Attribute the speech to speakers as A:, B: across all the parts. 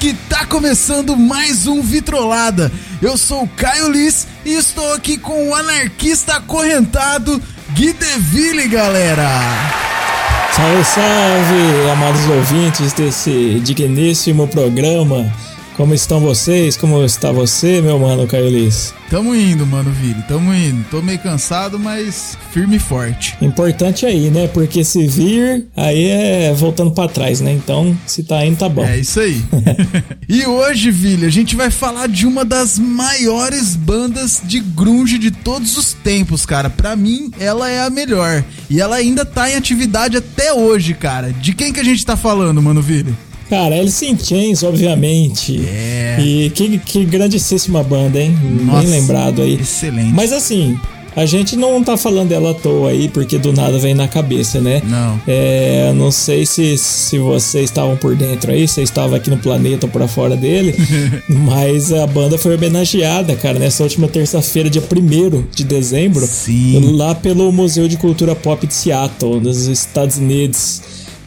A: que tá começando mais um Vitrolada. Eu sou o Caio Liz e estou aqui com o anarquista acorrentado Gui Deville, galera.
B: Salve, salve, amados ouvintes desse digníssimo programa. Como estão vocês? Como está você, meu mano Caio Liz?
A: Tamo indo, mano, Vili. Tamo indo. Tô meio cansado, mas firme e forte.
B: Importante aí, né? Porque se vir, aí é voltando pra trás, né? Então, se tá indo, tá bom.
A: É isso aí. e hoje, Vili, a gente vai falar de uma das maiores bandas de grunge de todos os tempos, cara. Pra mim, ela é a melhor. E ela ainda tá em atividade até hoje, cara. De quem que a gente tá falando, mano, Vili?
B: Cara, Alice in Chains, obviamente.
A: É.
B: E que, que grandíssima banda, hein?
A: Nossa,
B: Bem lembrado aí.
A: excelente.
B: Mas assim, a gente não tá falando dela à toa aí, porque do nada vem na cabeça, né?
A: Não.
B: É, eu não sei se, se vocês estavam por dentro aí, se estava aqui no planeta ou pra fora dele, mas a banda foi homenageada, cara, nessa última terça-feira, dia 1 de dezembro,
A: Sim.
B: lá pelo Museu de Cultura Pop de Seattle, nos Estados Unidos.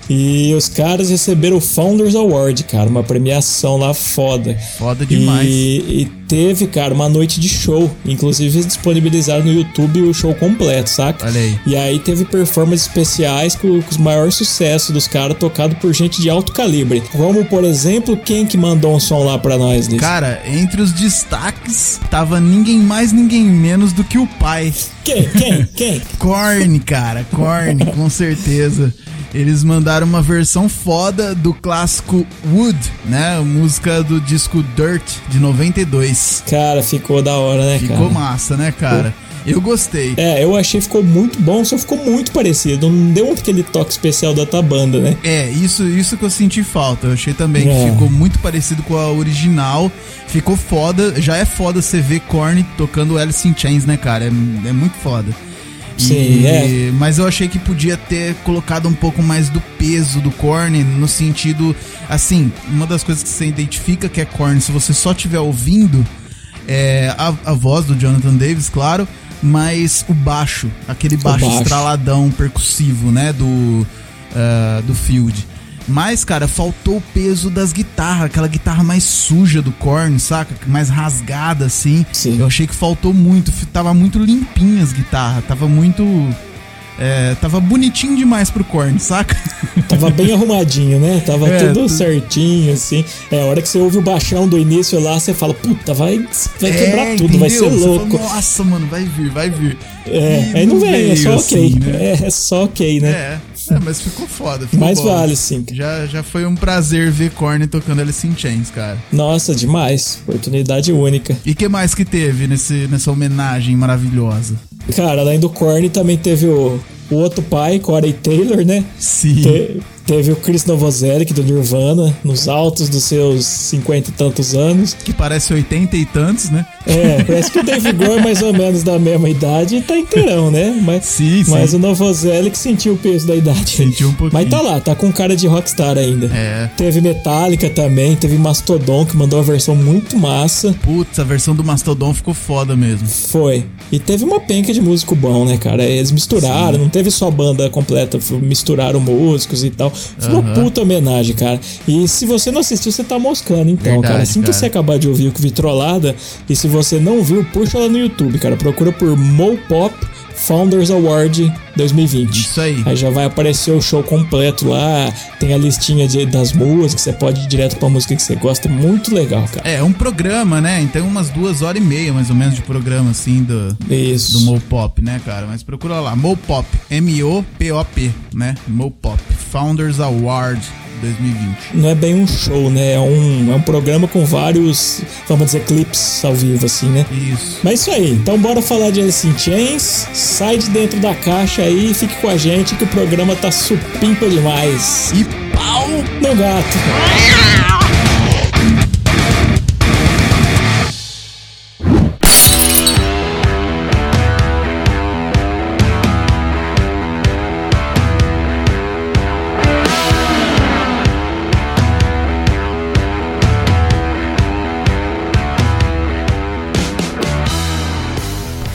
B: E os caras receberam o Founders Award, cara, uma premiação lá foda.
A: Foda demais.
B: E, e teve, cara, uma noite de show. Inclusive, eles disponibilizaram no YouTube o show completo, saca?
A: Olha aí.
B: E aí teve performances especiais com, com os maiores sucessos dos caras, tocado por gente de alto calibre. Como, por exemplo, quem que mandou um som lá pra nós, Liz?
A: Cara, entre os destaques tava ninguém mais, ninguém menos do que o pai.
B: Quem? Quem? Quem?
A: Korn, cara, Korn, com certeza. Eles mandaram uma versão foda do clássico Wood, né? Música do disco Dirt de 92.
B: Cara, ficou da hora, né, cara?
A: Ficou massa, né, cara? Eu gostei.
B: É, eu achei que ficou muito bom, só ficou muito parecido. Não deu aquele toque especial da tua banda, né?
A: É, isso, isso que eu senti falta. Eu achei também que
B: É.
A: ficou muito parecido com a original. Ficou foda. Já é foda você ver Korn tocando Alice in Chains, né, cara? É, é muito foda. E-
B: Sim, é.
A: Mas eu achei que podia ter colocado um pouco mais do peso do Korn, no sentido. Assim, uma das coisas que você identifica que é Korn, se você só estiver ouvindo, é a, a voz do Jonathan Davis, claro, mas o baixo, aquele baixo,
B: baixo.
A: estraladão percussivo, né, do, ah, do Field. Mas, cara, faltou o peso das guitarras, aquela guitarra mais suja do Korn, saca? Mais rasgada, assim.
B: Sim.
A: Eu achei que faltou muito, fi- tava muito limpinha as guitarras, tava muito... é, tava bonitinho demais pro Korn, saca?
B: Tava bem arrumadinho, né? Tava
A: É,
B: tudo
A: tu-
B: certinho, assim. É, a hora que você ouve o baixão do início lá, você fala, puta, vai, vai quebrar
A: É,
B: tudo, vai ser
A: entendeu? Você fala,
B: louco.
A: Nossa, mano, vai vir, vai vir.
B: É,
A: E
B: aí não vem,
A: veio,
B: é só ok.
A: assim, né?
B: É, é só ok, né?
A: É, é, mas ficou foda. Ficou
B: Mas
A: foda.
B: vale, sim.
A: Já, já foi um prazer ver Korn tocando Alice in Chains, cara.
B: Nossa, demais. Oportunidade única.
A: E que mais que teve nesse, nessa homenagem maravilhosa?
B: Cara, além do Korn, também teve o, o outro pai, Corey Taylor, né?
A: Sim.
B: Te- teve o Chris Novoselic do Nirvana, nos altos dos seus cinquenta e tantos anos.
A: Que parece 80 e tantos, né?
B: É, parece que o Dave Grohl é mais ou menos da mesma idade e tá inteirão, né? Mas,
A: Sim, sim.
B: mas o Novoselic sentiu o peso da idade.
A: Sentiu um pouquinho.
B: Mas tá lá, tá com cara de rockstar ainda.
A: É.
B: Teve Metallica também, teve Mastodon, que mandou uma versão muito massa.
A: Putz, a versão do Mastodon ficou foda mesmo.
B: Foi. E teve uma penca de músico bom, né, cara? Eles misturaram, não teve só banda completa, f- misturaram músicos e tal. Foi uma puta homenagem, cara. E se você não assistiu, você tá moscando, então,
A: Verdade,
B: cara. Assim
A: cara.
B: que você acabar de ouvir o que Vitrolada, e se você não viu, puxa lá no YouTube, cara. Procura por Mopop Founders Award 2020.
A: Isso aí.
B: Aí já vai aparecer o show completo lá, tem a listinha de- das músicas, você pode ir direto pra música que você gosta. Muito legal, cara.
A: É, é um programa, né? Então umas duas horas e meia, mais ou menos, de programa, assim, do,
B: Isso.
A: do Mopop, né, cara? Mas procura lá, Mopop, M-O-P-O-P, né? Mopop, Founders Award 2020.
B: não é bem um show, né? É um, é um programa com vários, vamos dizer, clipes ao vivo, assim, né?
A: Isso.
B: Mas é isso aí, então bora falar de Alice in Chains, sai de dentro da caixa aí e fique com a gente que o programa tá supimpa demais.
A: E pau!
B: No gato!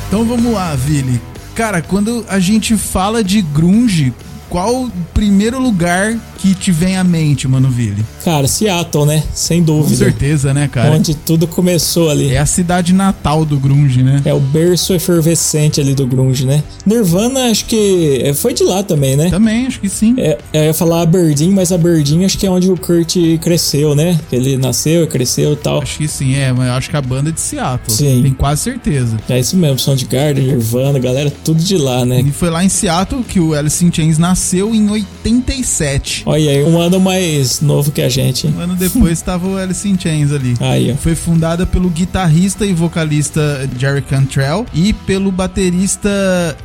A: Então vamos lá, Vili. Cara, quando a gente fala de grunge, Qual o primeiro lugar que te vem à mente, Mano Ville?
B: Cara, Seattle, né? Sem dúvida.
A: Com certeza, né, cara?
B: Onde tudo começou ali.
A: É a cidade natal do grunge, né?
B: É o berço efervescente ali do grunge, né? Nirvana, acho que é, foi de lá também, né?
A: Também, acho que sim.
B: É, eu ia falar Aberdeen, mas Aberdeen acho que é onde o Kurt cresceu, né? Ele nasceu, cresceu e tal.
A: Acho que sim, é, mas eu acho que a banda é de Seattle.
B: Sim.
A: Tenho quase certeza.
B: É isso mesmo, Soundgarden, Nirvana, galera, tudo de lá, né?
A: E foi lá em Seattle que o Alice in Chains nasceu em 87.
B: Olha aí, um ano mais novo que a gente. hein?
A: Um ano depois estava o Alice in Chains ali.
B: Aí, ó.
A: Foi fundada pelo guitarrista e vocalista Jerry Cantrell e pelo baterista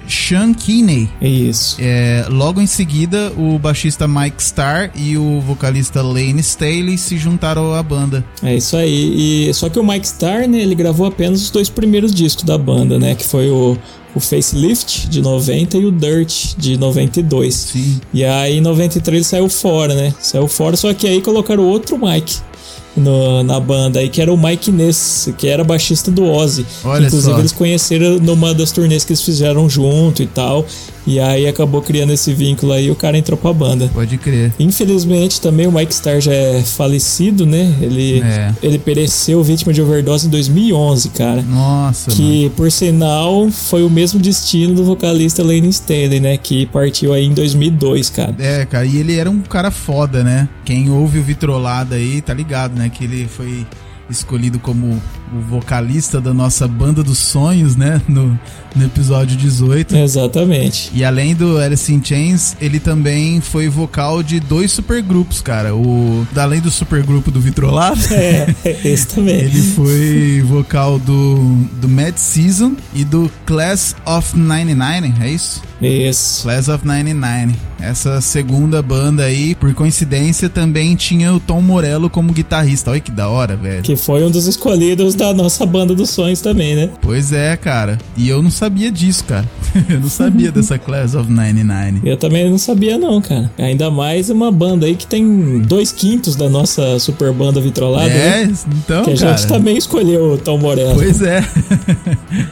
A: Sean Kinney.
B: É isso.
A: É, logo em seguida, o baixista Mike Starr e o vocalista Lane Staley se juntaram à banda.
B: É isso aí. E só que o Mike Starr, né, ele gravou apenas os dois primeiros discos da banda, né, que foi o o Facelift de 90 e o Dirt de 92.
A: Sim.
B: E aí em 93 ele saiu fora, né? Saiu fora, só que aí colocaram outro Mike no- na banda aí, que era o Mike Ness, que era baixista do Ozzy.
A: Olha
B: Inclusive
A: só.
B: eles conheceram numa das turnês que eles fizeram junto e tal. E aí acabou criando esse vínculo aí, e o cara entrou pra banda.
A: Pode crer.
B: Infelizmente também o Mike Starr já é falecido, né? Ele,
A: É.
B: ele pereceu vítima de overdose em 2011, cara.
A: Nossa, mano.
B: Que, por sinal, foi o mesmo destino do vocalista Lane Staley, né? Que partiu aí em 2002, cara.
A: É, cara, e ele era um cara foda, né? Quem ouve o Vitrolada aí tá ligado, né? Que ele foi escolhido como o vocalista da nossa banda dos sonhos, né? No, no episódio 18.
B: Exatamente.
A: E além do Alice in Chains, ele também foi vocal de dois supergrupos, cara. O além do supergrupo do Vitrolado,
B: É, esse também.
A: ele foi vocal do do Mad Season e do Class of 99, é isso?
B: Isso.
A: Class of 99. Essa segunda banda aí, por coincidência, também tinha o Tom Morello como guitarrista. Olha que da hora, velho.
B: Que foi um dos escolhidos da nossa banda dos sonhos também, né?
A: Pois é, cara. E eu não sabia disso, cara. eu não sabia dessa Class of 99.
B: Eu também não sabia, não, cara. Ainda mais uma banda aí que tem dois quintos da nossa super banda vitrolada,
A: é,
B: né?
A: então,
B: Que a
A: cara.
B: gente também escolheu o Tom Morello.
A: Pois é.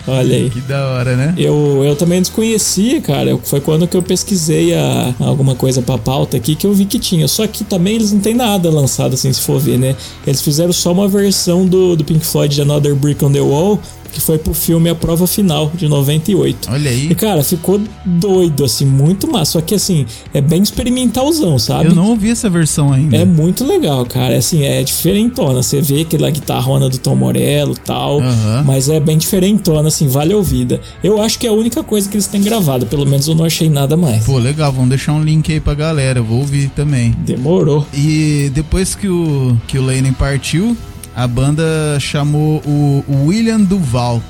B: Olha aí.
A: Que da hora, né?
B: Eu, eu também desconhecia, cara. Eu- Foi quando que eu pesquisei a, alguma coisa pra pauta aqui que eu vi que tinha. Só que também eles não têm nada lançado, assim, se for ver, né? Eles fizeram só uma versão do, do Pink Floyd de Another Brick on the Wall, que foi pro filme A Prova Final, de 98.
A: Olha aí.
B: E, cara, ficou doido, assim, muito massa. Só que, assim, é bem experimentalzão, sabe?
A: Eu não ouvi essa versão ainda.
B: É muito legal, cara. Assim, é diferentona. Você vê aquela guitarrona do Tom Morello e tal.
A: Aham.
B: Mas é bem diferentona, assim, vale a ouvida. Eu acho que é a única coisa que eles têm gravado. Pelo menos eu não achei nada mais.
A: Pô, legal. Vamos deixar um link aí pra galera. Eu vou ouvir também.
B: Demorou.
A: E depois que o, que o Lennon partiu, a banda chamou o o William Duval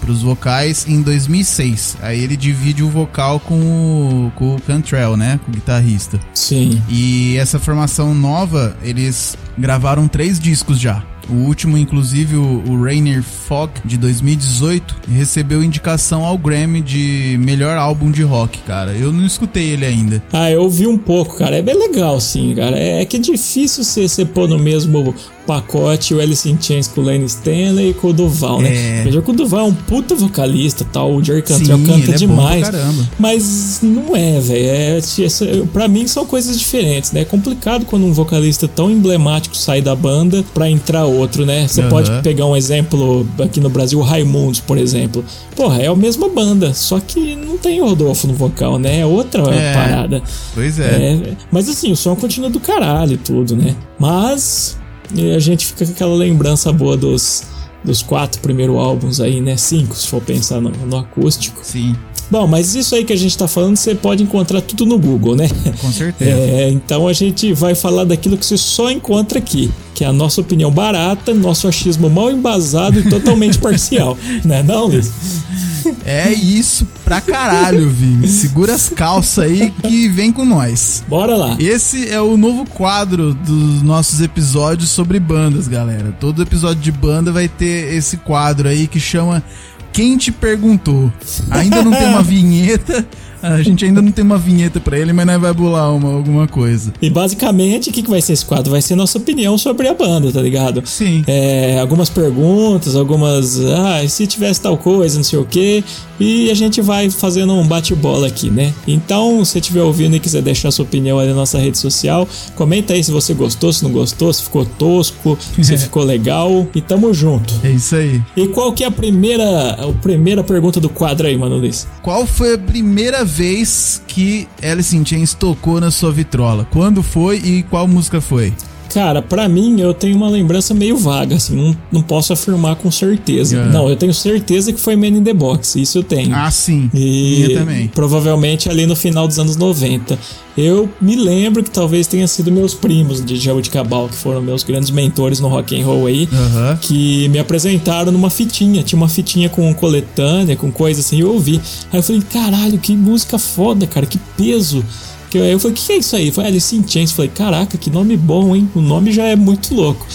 A: pros vocais em 2006. Aí ele divide o vocal com o, com o Cantrell, né? Com o guitarrista.
B: Sim.
A: E essa formação nova, eles gravaram três discos já. O último, inclusive, o, o Rainier Fog, de 2018, recebeu indicação ao Grammy de melhor álbum de rock, cara. Eu não escutei ele ainda.
B: Ah, eu ouvi um pouco, cara. É bem legal, sim, cara. É, é que é difícil você, você pôr no mesmo pacote o Alice in Chains com o Lane Stanley e com o Duval, né?
A: É.
B: Apesar que o Duval é um puta vocalista tal. O Jerry Cantrell
A: Sim, ele
B: canta
A: é bom pra
B: demais.
A: caramba.
B: Mas não é, velho. É, essa- pra mim são coisas diferentes, né? É complicado quando um vocalista tão emblemático sai da banda pra entrar outro, né? Você
A: Aham.
B: pode pegar um exemplo aqui no Brasil, o Raimundos, por exemplo. Porra, é a mesma banda, só que não tem o Rodolfo no vocal, né? É outra
A: É.
B: parada.
A: Pois
B: É, mas assim, o som continua do caralho e tudo, né? Mas eh, a gente fica com aquela lembrança boa dos, dos quatro primeiros álbuns aí, né? Cinco, se for pensar no, no acústico.
A: Sim,
B: Bom, mas isso aí que a gente tá falando, você pode encontrar tudo no Google, né?
A: com certeza.
B: É, então a gente vai falar daquilo que você só encontra aqui, que é a nossa opinião barata, nosso achismo mal embasado e totalmente parcial. né não, Luiz?
A: É isso pra caralho, Vini. Segura as calças aí que vem com nós.
B: Bora lá.
A: Esse é o novo quadro dos nossos episódios sobre bandas, galera. Todo episódio de banda vai ter esse quadro aí que chama Quem Te Perguntou. Ainda não tem uma vinheta, A gente ainda não tem uma vinheta pra ele, mas nós vai bolar uma, alguma coisa.
B: E basicamente, o que, que vai ser esse quadro? Vai ser nossa opinião sobre a banda, tá ligado?
A: Sim.
B: É, algumas perguntas, algumas. Ah, e se tivesse tal coisa, não sei o quê. E a gente vai fazendo um bate-bola aqui, né? Então, se você estiver ouvindo e quiser deixar sua opinião aí na nossa rede social, comenta aí se você gostou, se não gostou, se ficou tosco, se ficou legal. E tamo junto.
A: É isso aí.
B: E qual que é a primeira, a primeira pergunta do quadro aí, Mano Luiz?
A: Qual foi a primeira vez que Alice in Chains tocou na sua vitrola? Quando foi e qual música foi?
B: Cara, pra mim eu tenho uma lembrança meio vaga, assim, não, não posso afirmar com certeza.
A: É.
B: Não, eu tenho certeza que foi Man in the Box, isso eu tenho.
A: Ah, sim.
B: E
A: Minha também.
B: provavelmente ali no final dos anos 90. Eu me lembro que talvez tenha sido meus primos de Jabuticabal, que foram meus grandes mentores no rock and roll aí,
A: Aham.
B: que me apresentaram numa fitinha. Tinha uma fitinha com coletânea, com coisa assim, eu ouvi. Aí eu falei, caralho, que música foda, cara, que peso. Que eu- Aí eu falei, o que, que é isso aí? Foi Alice in Chains. Falei, caraca, que nome bom, hein? O nome já é muito louco.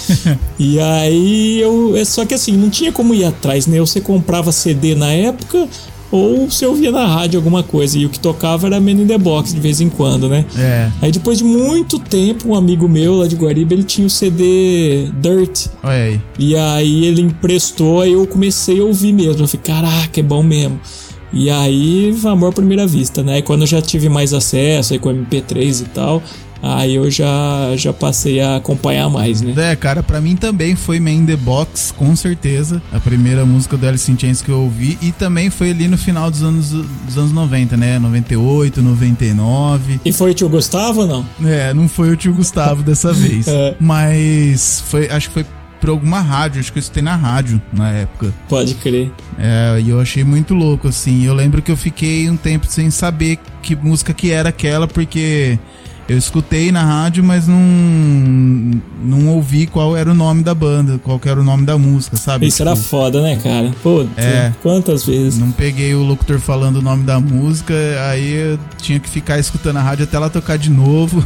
B: e aí eu. é Só que assim, não tinha como ir atrás, né? Ou você comprava CD na época, ou você ouvia na rádio alguma coisa. E o que tocava era Men in the Box de vez em quando, né?
A: É.
B: Aí depois de muito tempo, um amigo meu lá de Guariba, ele tinha o CD Dirt.
A: Olha aí.
B: E aí ele emprestou, aí eu comecei a ouvir mesmo. Eu falei, caraca, é bom mesmo. E aí, amor à primeira vista, né? E quando eu já tive mais acesso aí com MP3 e tal, aí eu já, já passei a acompanhar mais, né?
A: É, cara, pra mim também foi Man in the Box, com certeza. A primeira música do Alice in Chains que eu ouvi. E também foi ali no final dos anos, dos anos 90, né? 98, 99.
B: E foi o tio Gustavo ou não?
A: É, não foi o tio Gustavo dessa vez.
B: É.
A: Mas foi, acho que foi por alguma rádio, acho que eu escutei na rádio na época.
B: Pode crer.
A: É, e eu achei muito louco, assim. Eu lembro que eu fiquei um tempo sem saber que música que era aquela, porque eu escutei na rádio, mas não, não ouvi qual era o nome da banda, qual que era o nome da música, sabe?
B: Isso era
A: Tipo,
B: foda, né, cara? Pô,
A: É.
B: quantas vezes?
A: não peguei o locutor falando o nome da música, aí eu tinha que ficar escutando a rádio até ela tocar de novo.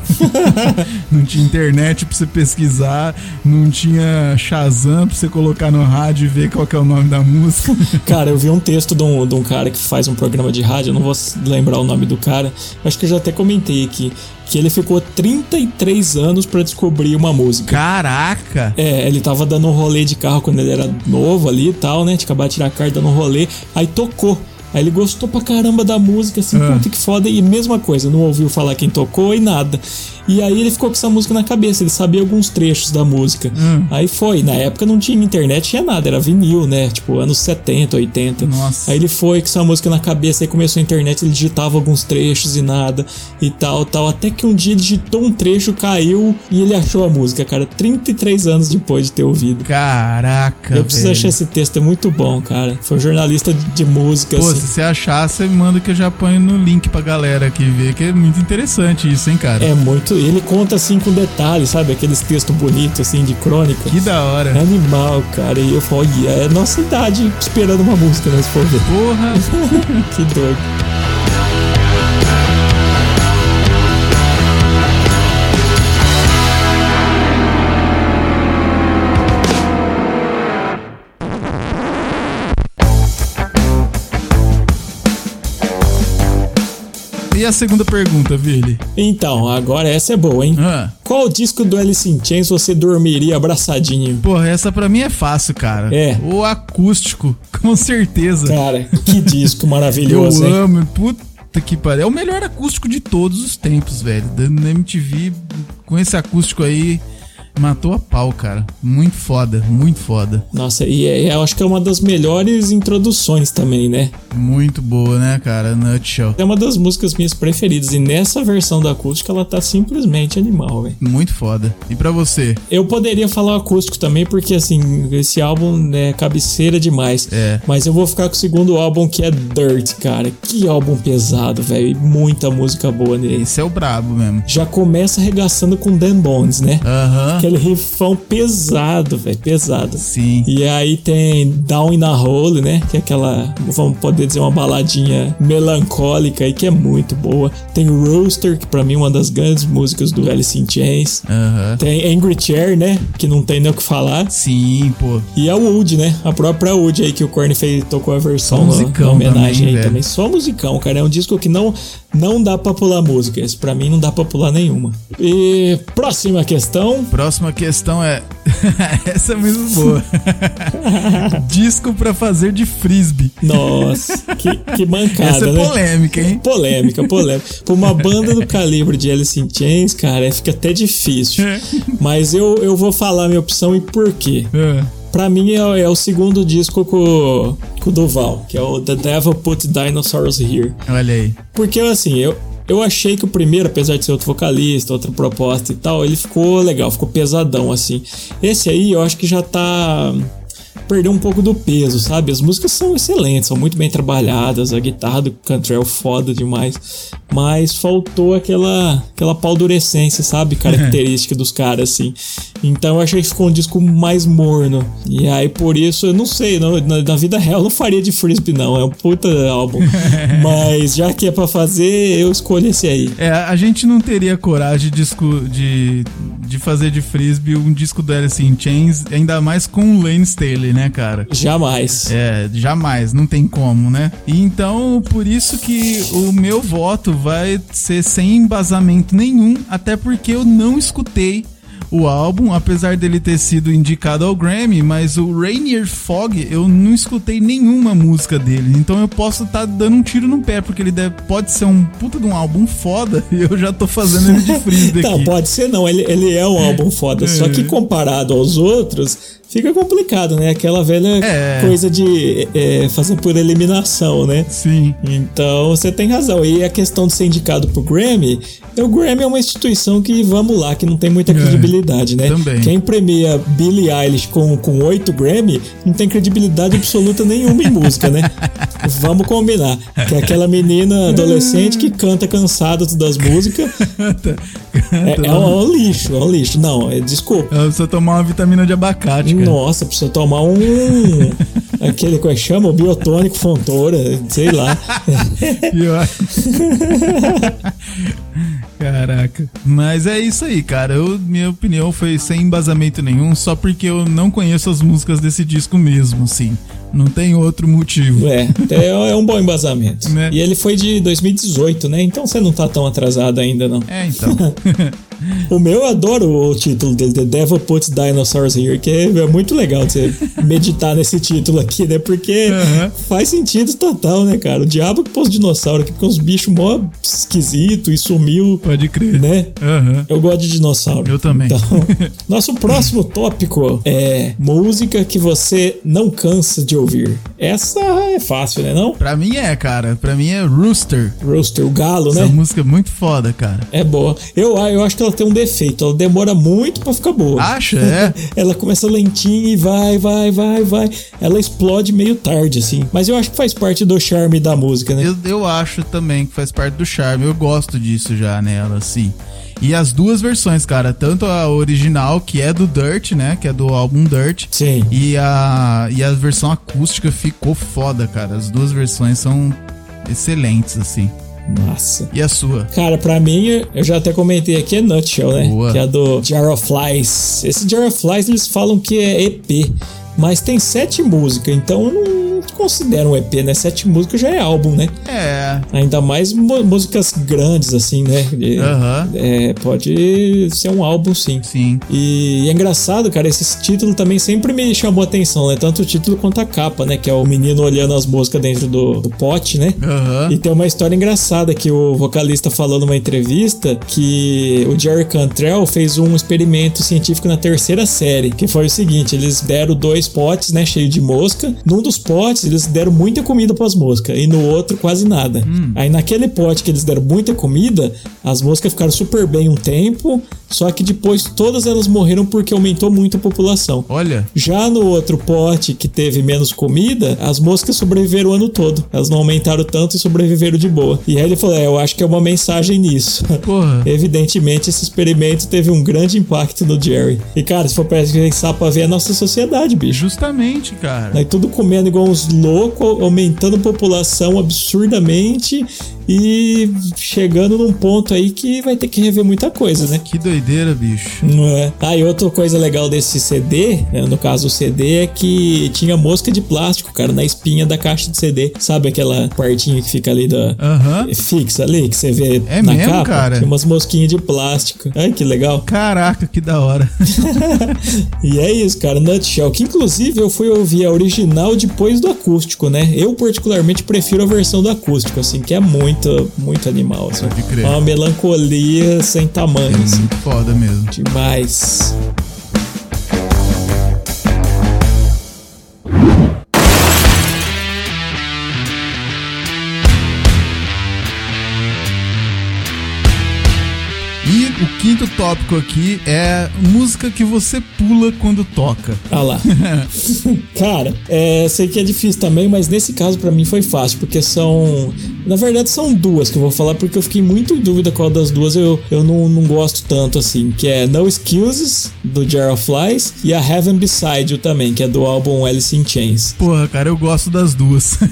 A: não tinha internet pra você pesquisar, não tinha Shazam pra você colocar no rádio e ver qual que é o nome da música.
B: Cara, eu vi um texto de um, de um cara que faz um programa de rádio, eu não vou lembrar o nome do cara, acho que eu já até comentei aqui, que ele ficou 33 anos pra descobrir uma música.
A: Caraca!
B: É, ele tava dando um rolê de carro quando ele era novo ali e tal, né? Tinha acabado de tirar a carta, dando um rolê. Aí tocou. Aí ele gostou pra caramba da música, assim,
A: Ah.
B: puta que foda. E mesma coisa, não ouviu falar quem tocou e nada. E aí ele ficou com essa música na cabeça, ele sabia alguns trechos da música.
A: Hum.
B: Aí foi, na época não tinha internet, tinha nada, era vinil, né? Tipo, anos 70, 80.
A: Nossa.
B: Aí ele foi com essa música na cabeça, aí começou a internet, ele digitava alguns trechos e nada, e tal, tal. Até que um dia ele digitou um trecho, caiu e ele achou a música, cara, 33 anos depois de ter ouvido.
A: Caraca!
B: Eu preciso
A: velho.
B: achar esse texto, é muito bom, cara. Foi um jornalista de, de música,
A: Pô, se
B: assim.
A: você achar, você manda que eu já ponho no link pra galera aqui ver, que é muito interessante isso, hein, cara?
B: É muito. Ele conta assim com detalhes, sabe? Aqueles textos bonitos, assim, de crônica.
A: Que da hora.
B: É Animal, cara. E eu falo, "Olha, é nossa idade esperando uma música, né? Se for ver.
A: Porra!
B: que doido.
A: E a segunda pergunta, Billy?
B: Então, agora essa é boa, hein?
A: Ah,
B: Qual disco do Alice in Chains você dormiria abraçadinho?
A: porra, essa pra mim é fácil, cara.
B: É.
A: O acústico, com certeza.
B: Cara, que disco
A: eu
B: maravilhoso, hein?
A: amo, puta que pariu. É o melhor acústico de todos os tempos, velho. Da na MTV, com esse acústico aí, matou a pau, cara. Muito foda, muito foda.
B: Nossa, e é- eu acho que é uma das melhores introduções também, né?
A: Muito boa, né, cara? Nutshell.
B: É uma das músicas minhas preferidas e nessa versão da acústica ela tá simplesmente animal, velho.
A: Muito foda. E pra você?
B: Eu poderia falar o acústico também porque assim, esse álbum é cabeceira demais.
A: É.
B: Mas eu vou ficar com o segundo álbum que é Dirt, cara. Que álbum pesado, velho, e muita música boa nele.
A: Esse é o brabo mesmo.
B: Já começa arregaçando com Dan Bones, né?
A: Aham.
B: aquele riffão pesado, velho, pesado.
A: Sim.
B: E aí tem Down in a Hole, né? Que é aquela, vamos poder dizer, uma baladinha melancólica aí que é muito boa. Tem Rooster, que pra mim é uma das grandes músicas do Alice in Chains.
A: Aham.
B: Tem Angry Chair, né? Que não tem nem o que falar.
A: Sim, pô.
B: E a Wood, né? A própria Wood aí que o Korn fez, tocou a versão na,
A: musicão
B: na homenagem
A: também,
B: aí
A: velho.
B: também. Só musicão, cara. É um disco que não, não dá pra pular música. Esse pra mim não dá pra pular nenhuma. E próxima questão.
A: Próxima questão é. Essa é muito boa. Disco pra fazer de frisbee.
B: Nossa, que, que mancada,
A: Essa é
B: né?
A: polêmica, hein?
B: Polêmica, polêmica. Pra uma banda do calibre de Alice in Chains, cara, fica até difícil.
A: É.
B: Mas eu, eu vou falar a minha opção e por quê.
A: Ah,
B: Pra mim é, é o segundo disco com, com o Duval, que é o The Devil Put Dinosaurs Here.
A: Olha aí.
B: Porque assim, eu, eu achei que o primeiro, apesar de ser outro vocalista, outra proposta e tal, ele ficou legal, ficou pesadão assim. Esse aí eu acho que já tá. Perdeu um pouco do peso, sabe? As músicas são excelentes, são muito bem trabalhadas, a guitarra do Cantrell é foda demais, mas faltou aquela aquela paldurecência, sabe? Característica dos caras, assim. Então eu achei que ficou um disco mais morno. E aí por isso, eu não sei, não- na, na vida real eu não faria de Frisbee, não. É um puta álbum. Mas já que é pra fazer, eu escolho esse aí.
A: É, a gente não teria coragem de, disco, de, de fazer de frisbee um disco do Alice in Chains, ainda mais com o Lane Staley, né, cara?
B: Jamais.
A: É, jamais, não tem como, né? E então, por isso que o meu voto vai ser sem embasamento nenhum, até porque eu não escutei o álbum, apesar dele ter sido indicado ao Grammy, mas o Rainier Fog, eu não escutei nenhuma música dele. Então eu posso estar dando um tiro no pé, porque ele deve- pode ser um puta de um álbum foda, e eu já tô fazendo ele de frisbee
B: Não,
A: aqui.
B: pode ser não. Ele, ele é um álbum foda. Só que comparado aos outros, fica complicado, né? Aquela velha
A: É.
B: coisa de é, fazer por eliminação, né?
A: Sim.
B: Então você tem razão. E a questão de ser indicado pro Grammy, o Grammy é uma instituição que, vamos lá, que não tem muita credibilidade, né?
A: também.
B: Quem premia Billie Eilish com, com 8 Grammy não tem credibilidade absoluta nenhuma em música, né? Vamos combinar. Que é aquela menina adolescente que canta cansada das músicas. é, é um, é um lixo, é um lixo. Não, é, desculpa.
A: Eu preciso tomar uma vitamina de abacate, cara.
B: Nossa, precisa tomar um. aquele é que chama? O biotônico Fontoura, sei lá.
A: Pior. Caraca. Mas é isso aí, cara. Eu, minha opinião foi sem embasamento nenhum, só porque eu não conheço as músicas desse disco mesmo, assim. Não tem outro motivo.
B: É, é, é um bom embasamento.
A: Né?
B: E ele foi de 2018, né? Então você não tá tão atrasado ainda, não.
A: É, então.
B: O meu eu adoro o título dele, The Devil Puts Dinosaurs Here, que é, é muito legal de você meditar nesse título aqui, né? Porque
A: Aham.
B: faz sentido total, né, cara? O diabo que pôs dinossauro aqui, porque uns bichos mó esquisito e sumiu,
A: Pode crer.
B: né?
A: Aham.
B: Eu gosto de dinossauro.
A: Eu também.
B: Então, nosso próximo tópico é música que você não cansa de ouvir. Essa é fácil, né? Não?
A: Pra mim é, cara. Pra mim é Rooster.
B: Rooster, o galo,
A: Essa
B: né?
A: música é muito foda, cara.
B: É boa. Eu, eu acho que ela tem um defeito. Ela demora muito pra ficar boa.
A: Acha? É?
B: Ela começa lentinha e vai, vai, vai, vai. Ela explode meio tarde, assim. Mas eu acho que faz parte do charme da música, né?
A: Eu, eu acho também que faz parte do charme. Eu gosto disso já nela, assim. E as duas versões, cara. Tanto a original, que é do Dirt, né? Que é do álbum Dirt.
B: Sim.
A: E a, e a versão acústica ficou foda, cara. As duas versões são excelentes, assim.
B: Massa.
A: E a sua?
B: Cara, pra mim, eu já até comentei aqui, é Nutshell, né?
A: Boa.
B: Que é a do Jar of Flies. Esse Jar of Flies, eles falam que é EP, mas tem sete músicas, então eu não considero um EP, né? Sete músicas já é álbum, né?
A: É.
B: Ainda mais mu- músicas grandes, assim, né? De-
A: Aham.
B: é, pode ser um álbum, sim.
A: Sim.
B: E é engraçado, cara, esse título também sempre me chamou a atenção, né? Tanto o título quanto a capa, né? Que é o menino olhando as moscas dentro do, do pote, né?
A: Aham.
B: E tem uma história engraçada que o vocalista falou numa entrevista que o Jerry Cantrell fez um experimento científico na terceira série, que foi o seguinte, eles deram dois potes, né, cheio de mosca. Num dos potes eles deram muita comida para as moscas e no outro quase nada. Aí naquele pote que eles deram muita comida, as moscas ficaram super bem um tempo, Só que depois todas elas morreram porque aumentou muito a população.
A: Olha.
B: Já no outro pote que teve menos comida, as moscas sobreviveram o ano todo. Elas não aumentaram tanto e sobreviveram de boa. E aí ele falou: é, eu acho que é uma mensagem nisso.
A: Porra.
B: Evidentemente, esse experimento teve um grande impacto no Jerry. E cara, se for pensar pra ver, é a nossa sociedade, bicho.
A: Justamente, cara.
B: Aí tudo comendo igual uns loucos, aumentando a população absurdamente e chegando num ponto aí que vai ter que rever muita coisa, né?
A: Que doideira, bicho.
B: Não é? Ah, e outra coisa legal desse CD, né, no caso o CD, é que tinha mosca de plástico, cara, na espinha da caixa de CD. Sabe aquela partinha que fica ali da. é
A: Aham.
B: fixa ali, que você vê
A: Ah. É
B: na
A: mesmo,
B: capa?
A: cara?
B: Tinha umas mosquinhas de plástico. Ai, que legal.
A: Caraca, que da hora.
B: E é isso, cara, Nutshell. Que inclusive eu fui ouvir a original depois do acústico, né? Eu particularmente prefiro a versão do acústico, assim, que é muito, muito animal, assim.
A: Pode crer. Uhum.
B: Uma melancolia sem tamanho, assim.
A: Muito foda mesmo.
B: Demais.
A: E o quinto tópico aqui é música que você pula quando toca.
B: Ah lá. Cara, é, sei que é difícil também, mas nesse caso pra mim foi fácil, porque são. Na verdade, são duas que eu vou falar, porque eu fiquei muito em dúvida qual das duas eu, eu não, não gosto tanto assim. Que é No Excuses, do Jar of Flies, e a Heaven Beside You também, que é do álbum Alice in Chains.
A: Porra, cara, eu gosto das duas.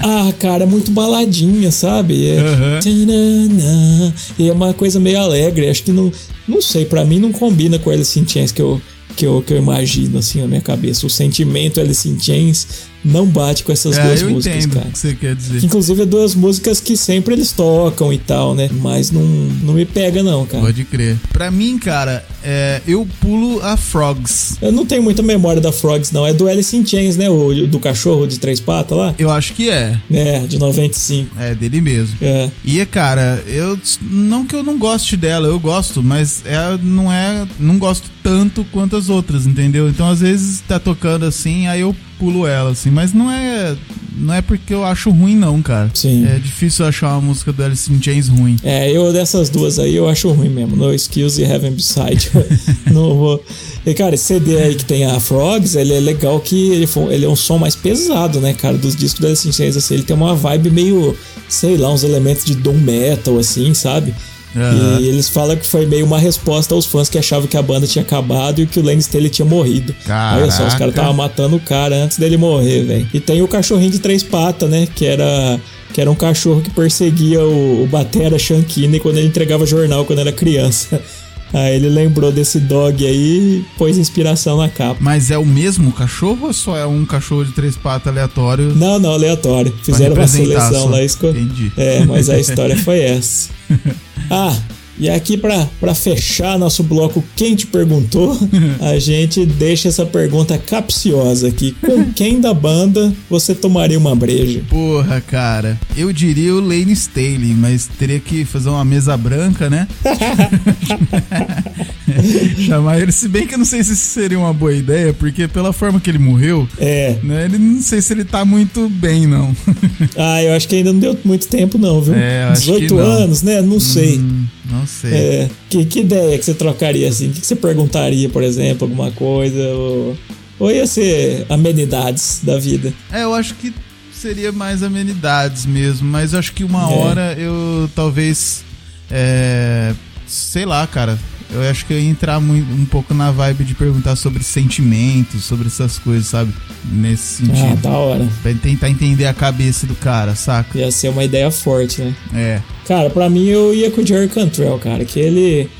B: Ah, cara, é muito baladinha, sabe? É...
A: Aham.
B: Tanana. E é uma coisa meio alegre. Acho que não. Não sei, pra mim não combina com Alice in Chains que eu, que eu, que eu imagino assim na minha cabeça. O sentimento Alice in Chains não bate com essas
A: é,
B: duas
A: eu
B: músicas,
A: entendo
B: cara.
A: o que você quer dizer.
B: Inclusive, é duas músicas que sempre eles tocam e tal, né? Mas não, não me pega, não, cara.
A: Pode crer. Pra mim, cara, é, eu pulo a Frogs.
B: Eu não tenho muita memória da Frogs, não. É do Alice in Chains, né? O, do cachorro de três patas lá?
A: Eu acho que é.
B: É, de 95.
A: É dele mesmo.
B: É.
A: E, cara, eu. Não que eu não goste dela, eu gosto, mas é, não é. Não gosto tanto quanto as outras, entendeu? Então, às vezes, tá tocando assim, aí eu pulo ela, assim. Mas não é. Não é porque eu acho ruim, não, cara.
B: Sim.
A: É difícil eu achar uma música do Alice in Chains ruim.
B: É, eu dessas duas aí eu acho ruim mesmo. No Skills e Heaven Beside. You. não vou. E, cara, esse CD aí que tem a Frogs, ele é legal que ele, foi- ele é um som mais pesado, né, cara? Dos discos da Alice in Chains, assim, ele tem uma vibe meio, sei lá, uns elementos de doom metal, assim, sabe?
A: Aham.
B: E eles falam que foi meio uma resposta aos fãs que achavam que a banda tinha acabado e que o Lane Staley tinha morrido. Olha só, os
A: Caraca.
B: caras estavam matando o cara antes dele morrer, velho. E tem o cachorrinho de três patas, né? Que era. Que era um cachorro que perseguia o, o Batera Shankine quando ele entregava jornal quando era criança. Aí ele lembrou desse dog aí e pôs inspiração na capa.
A: Mas é o mesmo cachorro ou só é um cachorro de três patas aleatório?
B: Não, não, aleatório.
A: pra
B: Fizeram uma
A: representar
B: seleção
A: só?
B: lá e esco-
A: Entendi.
B: É, mas a história foi essa. Ah, e aqui pra pra fechar nosso bloco Quem Te Perguntou, a gente deixa essa pergunta capciosa aqui. Com quem da banda você tomaria uma breja?
A: Porra, cara. Eu diria o Lane Staley, mas teria que fazer uma mesa branca, né? Chamar ele, se bem que eu não sei se isso seria uma boa ideia, porque pela forma que ele morreu,
B: É,
A: né? Ele não sei se ele tá muito bem, não.
B: ah, eu acho que ainda não deu muito tempo não, viu?
A: É, eu acho que
B: 18
A: não.
B: anos, né? Não sei.
A: Hum, não sei.
B: É, que, que ideia que você trocaria assim? O que, que você perguntaria, por exemplo, alguma coisa? Ou, ou ia ser amenidades da vida?
A: É, eu acho que seria mais amenidades mesmo, mas eu acho que uma
B: É.
A: hora eu talvez. é, sei lá, cara. Eu acho que eu ia entrar mui- um pouco na vibe de perguntar sobre sentimentos, sobre essas coisas, sabe? Nesse
B: Ah,
A: sentido.
B: da hora.
A: Pra tentar entender a cabeça do cara, saca?
B: Ia ser uma ideia forte, né?
A: É.
B: Cara, pra mim eu ia com o Jerry Cantrell, cara, que ele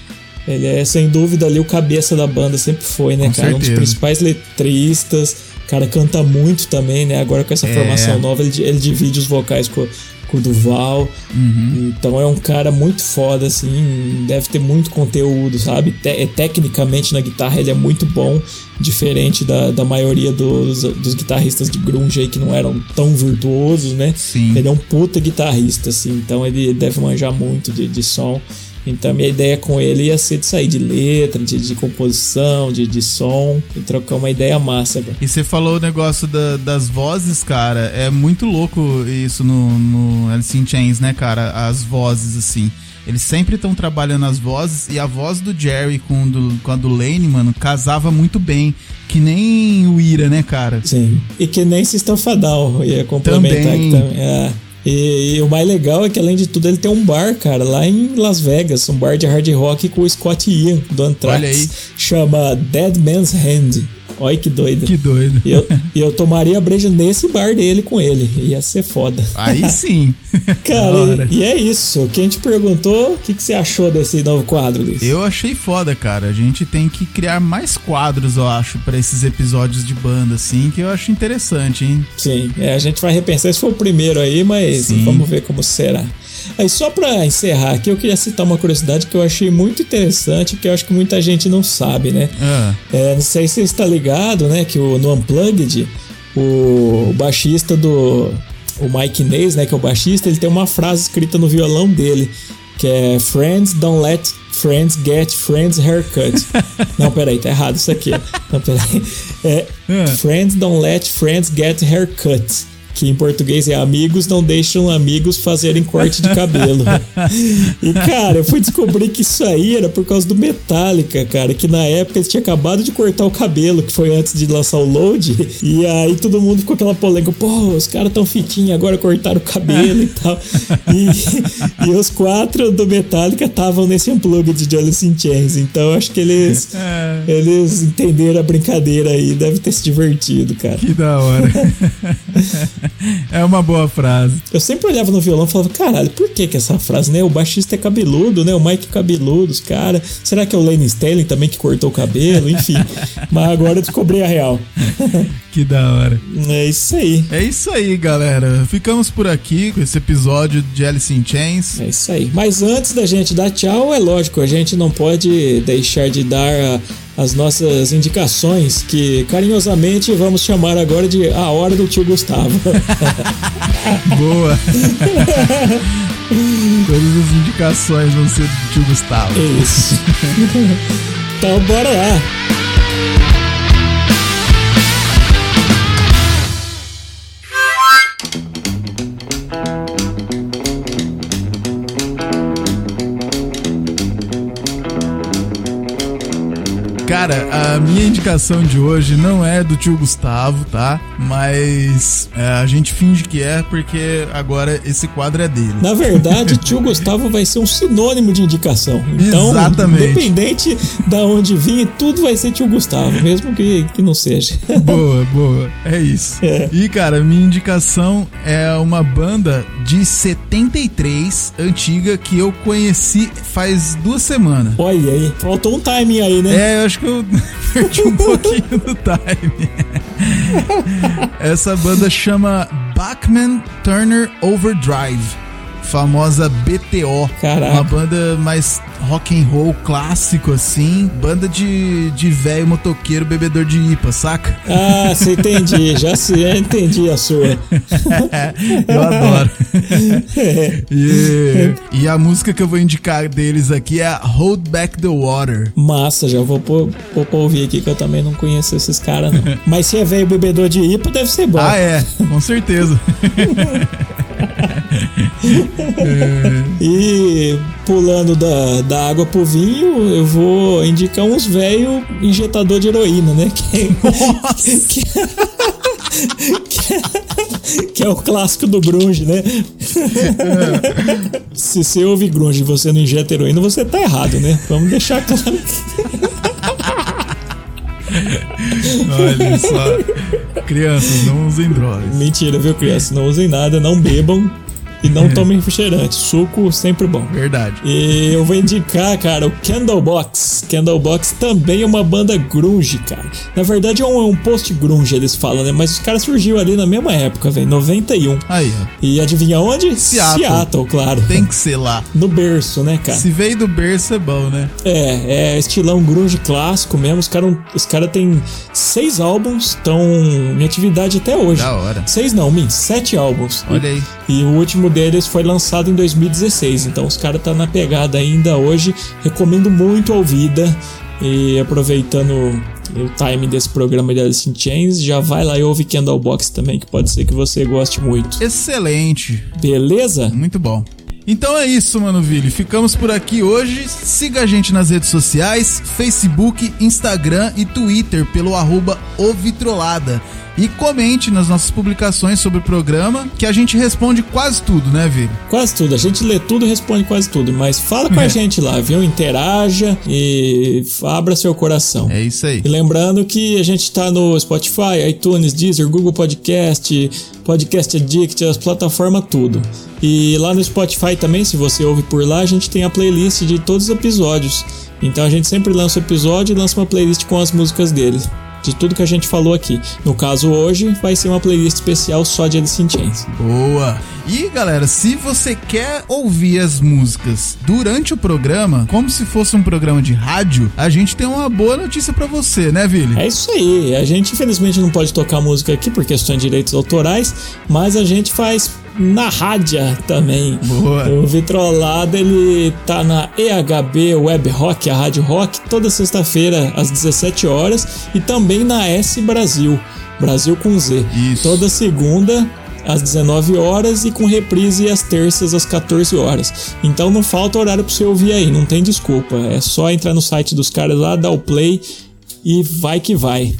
B: ele é sem dúvida ali o cabeça da banda sempre foi, né,
A: Com
B: cara, um dos
A: certeza.
B: principais letristas. O cara canta muito também, né? Agora com essa
A: É.
B: formação nova ele, di- ele divide os vocais com, com o Duval.
A: Uhum.
B: Então é um cara muito foda assim, deve ter muito conteúdo, sabe? Te- é, tecnicamente na guitarra ele é muito bom, diferente da, da maioria dos, dos guitarristas de grunge aí que não eram tão virtuosos, né?
A: Sim.
B: Ele é um puta guitarrista, assim, então ele deve manjar muito de, de som. Então minha ideia com ele ia ser de sair de letra, de, de composição, de, de som, e trocar uma ideia massa, cara.
A: E você falou o negócio da- das vozes, cara. É muito louco isso no, no Alice in Chains, né, cara? As vozes, assim. Eles sempre estão trabalhando as vozes e a voz do Jerry com, do, com a do Lane, mano, casava muito bem. Que nem o Ira, né, cara?
B: Sim. E que nem System Fadal ia complementar também. aqui também. É. E, e, o mais legal é que, além de tudo, ele tem um bar, cara, lá em Las Vegas, um bar de hard rock com o Scott Ian, do Anthrax.
A: Olha aí.
B: Chama Dead Man's Hand. Olha que doido.
A: Que doido.
B: E eu, eu tomaria a breja nesse bar dele com ele. Ia ser foda.
A: Aí sim.
B: cara, e, e, é isso. Quem te perguntou, o que, que, você achou desse novo quadro, Luiz?
A: Eu achei foda, cara. A gente tem que criar mais quadros, eu acho, para esses episódios de banda, assim, que eu acho interessante, hein?
B: Sim. É, a gente vai repensar. Esse foi o primeiro aí, mas sim. vamos ver como será. Aí só para encerrar aqui, eu queria citar uma curiosidade que eu achei muito interessante, que eu acho que muita gente não sabe, né?
A: Ah.
B: É, não sei se você está ligado, né? Que o, no Unplugged, o baixista do. O Mike Inês, né? Que é o baixista, ele tem uma frase escrita no violão dele, que é Friends don't let friends get friends haircut. não, peraí, tá errado isso aqui. Não, peraí. É, ah. Friends don't let friends get haircut que em português é amigos não deixam amigos fazerem corte de cabelo. e cara, eu fui descobrir que isso aí era por causa do Metallica, cara, que na época eles tinham acabado de cortar o cabelo, que foi antes de lançar o Load, e aí todo mundo ficou aquela polêmica, pô, os caras tão fitinhos, agora cortaram o cabelo e tal. E, e os quatro do Metallica estavam nesse unplugged de Alice in Chains, então acho que eles eles entenderam a brincadeira aí, deve ter se divertido, cara.
A: Que da hora. É uma boa frase.
B: Eu sempre olhava no violão e falava, caralho, por que que essa frase, né? O baixista é cabeludo, né? O Mike cabeludo, os caras. Será que é o Lane Stanley também que cortou o cabelo? Enfim. Mas agora eu descobri a real.
A: que da hora.
B: É isso aí.
A: É isso aí, galera. Ficamos por aqui com esse episódio de Alice in Chains.
B: É isso aí. Mas antes da gente dar tchau, é lógico, a gente não pode deixar de dar a as nossas indicações, que carinhosamente vamos chamar agora de A Hora do Tio Gustavo.
A: Boa! Todas as indicações vão ser do tio Gustavo.
B: Isso. então, bora lá!
A: Cara, a minha indicação de hoje não é do tio Gustavo, tá? Mas é, a gente finge que é porque agora esse quadro é dele.
B: Na verdade, tio Gustavo vai ser um sinônimo de indicação. Então,
A: Exatamente.
B: independente da onde vir, tudo vai ser tio Gustavo, mesmo que, que não seja.
A: Boa, boa. É isso.
B: É.
A: E, cara, minha indicação é uma banda de 73, antiga, que eu conheci faz duas semanas.
B: Olha aí, faltou um timing aí, né?
A: É, eu acho que eu perdi um pouquinho do time. Essa banda chama Bachman Turner Overdrive, famosa BTO.
B: Caraca.
A: Uma banda mais rock and roll clássico assim, banda de, de velho motoqueiro bebedor de IPA, saca?
B: Ah, você entendi, já se já entendi a sua.
A: eu adoro. É. e, e a música que eu vou indicar deles aqui é Hold Back the Water.
B: Massa, já vou pôr, vou pôr ouvir aqui que eu também não conheço esses caras não. Mas se é velho bebedor de IPA, deve ser bom.
A: Ah, é, com certeza.
B: e pulando da, da água pro vinho, eu vou indicar uns velho injetador de heroína, né? Que,
A: Nossa!
B: Que, que, que é o clássico do grunge, né? Se você ouve grunge e você não injeta heroína, você tá errado, né? Vamos deixar claro.
A: Olha só. Crianças, não usem drogas.
B: Mentira, viu, crianças? Não usem nada, não bebam. E não tomem refrigerante, suco sempre bom.
A: Verdade.
B: E eu vou indicar, cara, o Candlebox. Candlebox também é uma banda grunge, cara. Na verdade é um, é um post grunge, eles falam, né? Mas os caras surgiu ali na mesma época, velho, 91.
A: Aí, ó.
B: E adivinha onde?
A: Seattle.
B: Seattle, claro.
A: Tem que ser lá.
B: No berço, né, cara?
A: Se veio do berço é bom, né?
B: É, é estilão grunge clássico mesmo. Os caras os cara têm seis álbuns, estão em atividade até hoje.
A: Da hora.
B: Seis não, min, sete álbuns.
A: Olha aí.
B: E, e o último deles foi lançado em 2016, então os caras tá na pegada ainda hoje. Recomendo muito a ouvida e aproveitando o time desse programa de Alice in Chains, já vai lá e ouve Candlebox também, que pode ser que você goste muito.
A: Excelente.
B: Beleza?
A: Muito bom. Então é isso, mano, Vili. Ficamos por aqui hoje. Siga a gente nas redes sociais, Facebook, Instagram e Twitter pelo arroba Ovitrolada. E comente nas nossas publicações sobre o programa, que a gente responde quase tudo, né, Vili?
B: Quase tudo. A gente lê tudo e responde quase tudo. Mas fala com a gente lá, viu? Interaja e abra seu coração.
A: É isso aí.
B: E lembrando que a gente tá no Spotify, iTunes, Deezer, Google Podcast, Podcast Addict, as plataformas, tudo. E lá no Spotify também, se você ouve por lá, a gente tem a playlist de todos os episódios. Então a gente sempre lança o episódio e lança uma playlist com as músicas dele. De tudo que a gente falou aqui. No caso, hoje vai ser uma playlist especial só de Alice in Chains.
A: Boa! E galera, se você quer ouvir as músicas durante o programa, como se fosse um programa de rádio, a gente tem uma boa notícia pra você, né, Vili?
B: É isso aí. A gente infelizmente não pode tocar música aqui por questões de direitos autorais, mas a gente faz na rádio também.
A: Boa.
B: O Vitrolada ele tá na EHB Web Rock, a Rádio Rock, toda sexta-feira às 17 horas e também na S Brasil, Brasil com Z.
A: Isso.
B: Toda segunda às 19 horas e com reprise às terças às 14 horas. Então não falta horário para você ouvir aí, não tem desculpa. É só entrar no site dos caras lá, dar o play e vai que vai.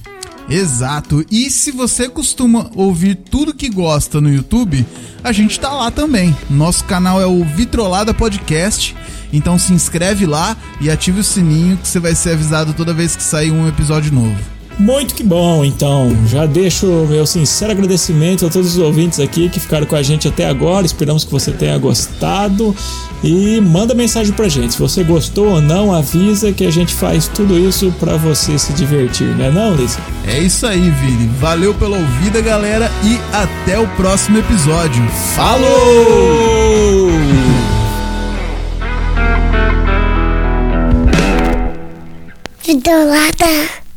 A: Exato. E se você costuma ouvir tudo que gosta no YouTube, a gente tá lá também. Nosso canal é o Vitrolada Podcast. Então se inscreve lá e ative o sininho que você vai ser avisado toda vez que sair um episódio novo.
B: Muito que bom, então. Já deixo o meu sincero agradecimento a todos os ouvintes aqui que ficaram com a gente até agora. Esperamos que você tenha gostado. E manda mensagem pra gente. Se você gostou ou não, avisa que a gente faz tudo isso pra você se divertir, né não, Liz?
A: É isso aí, Vini. Valeu pela ouvida, galera, e até o próximo episódio.
B: Falou!
C: Vidolada.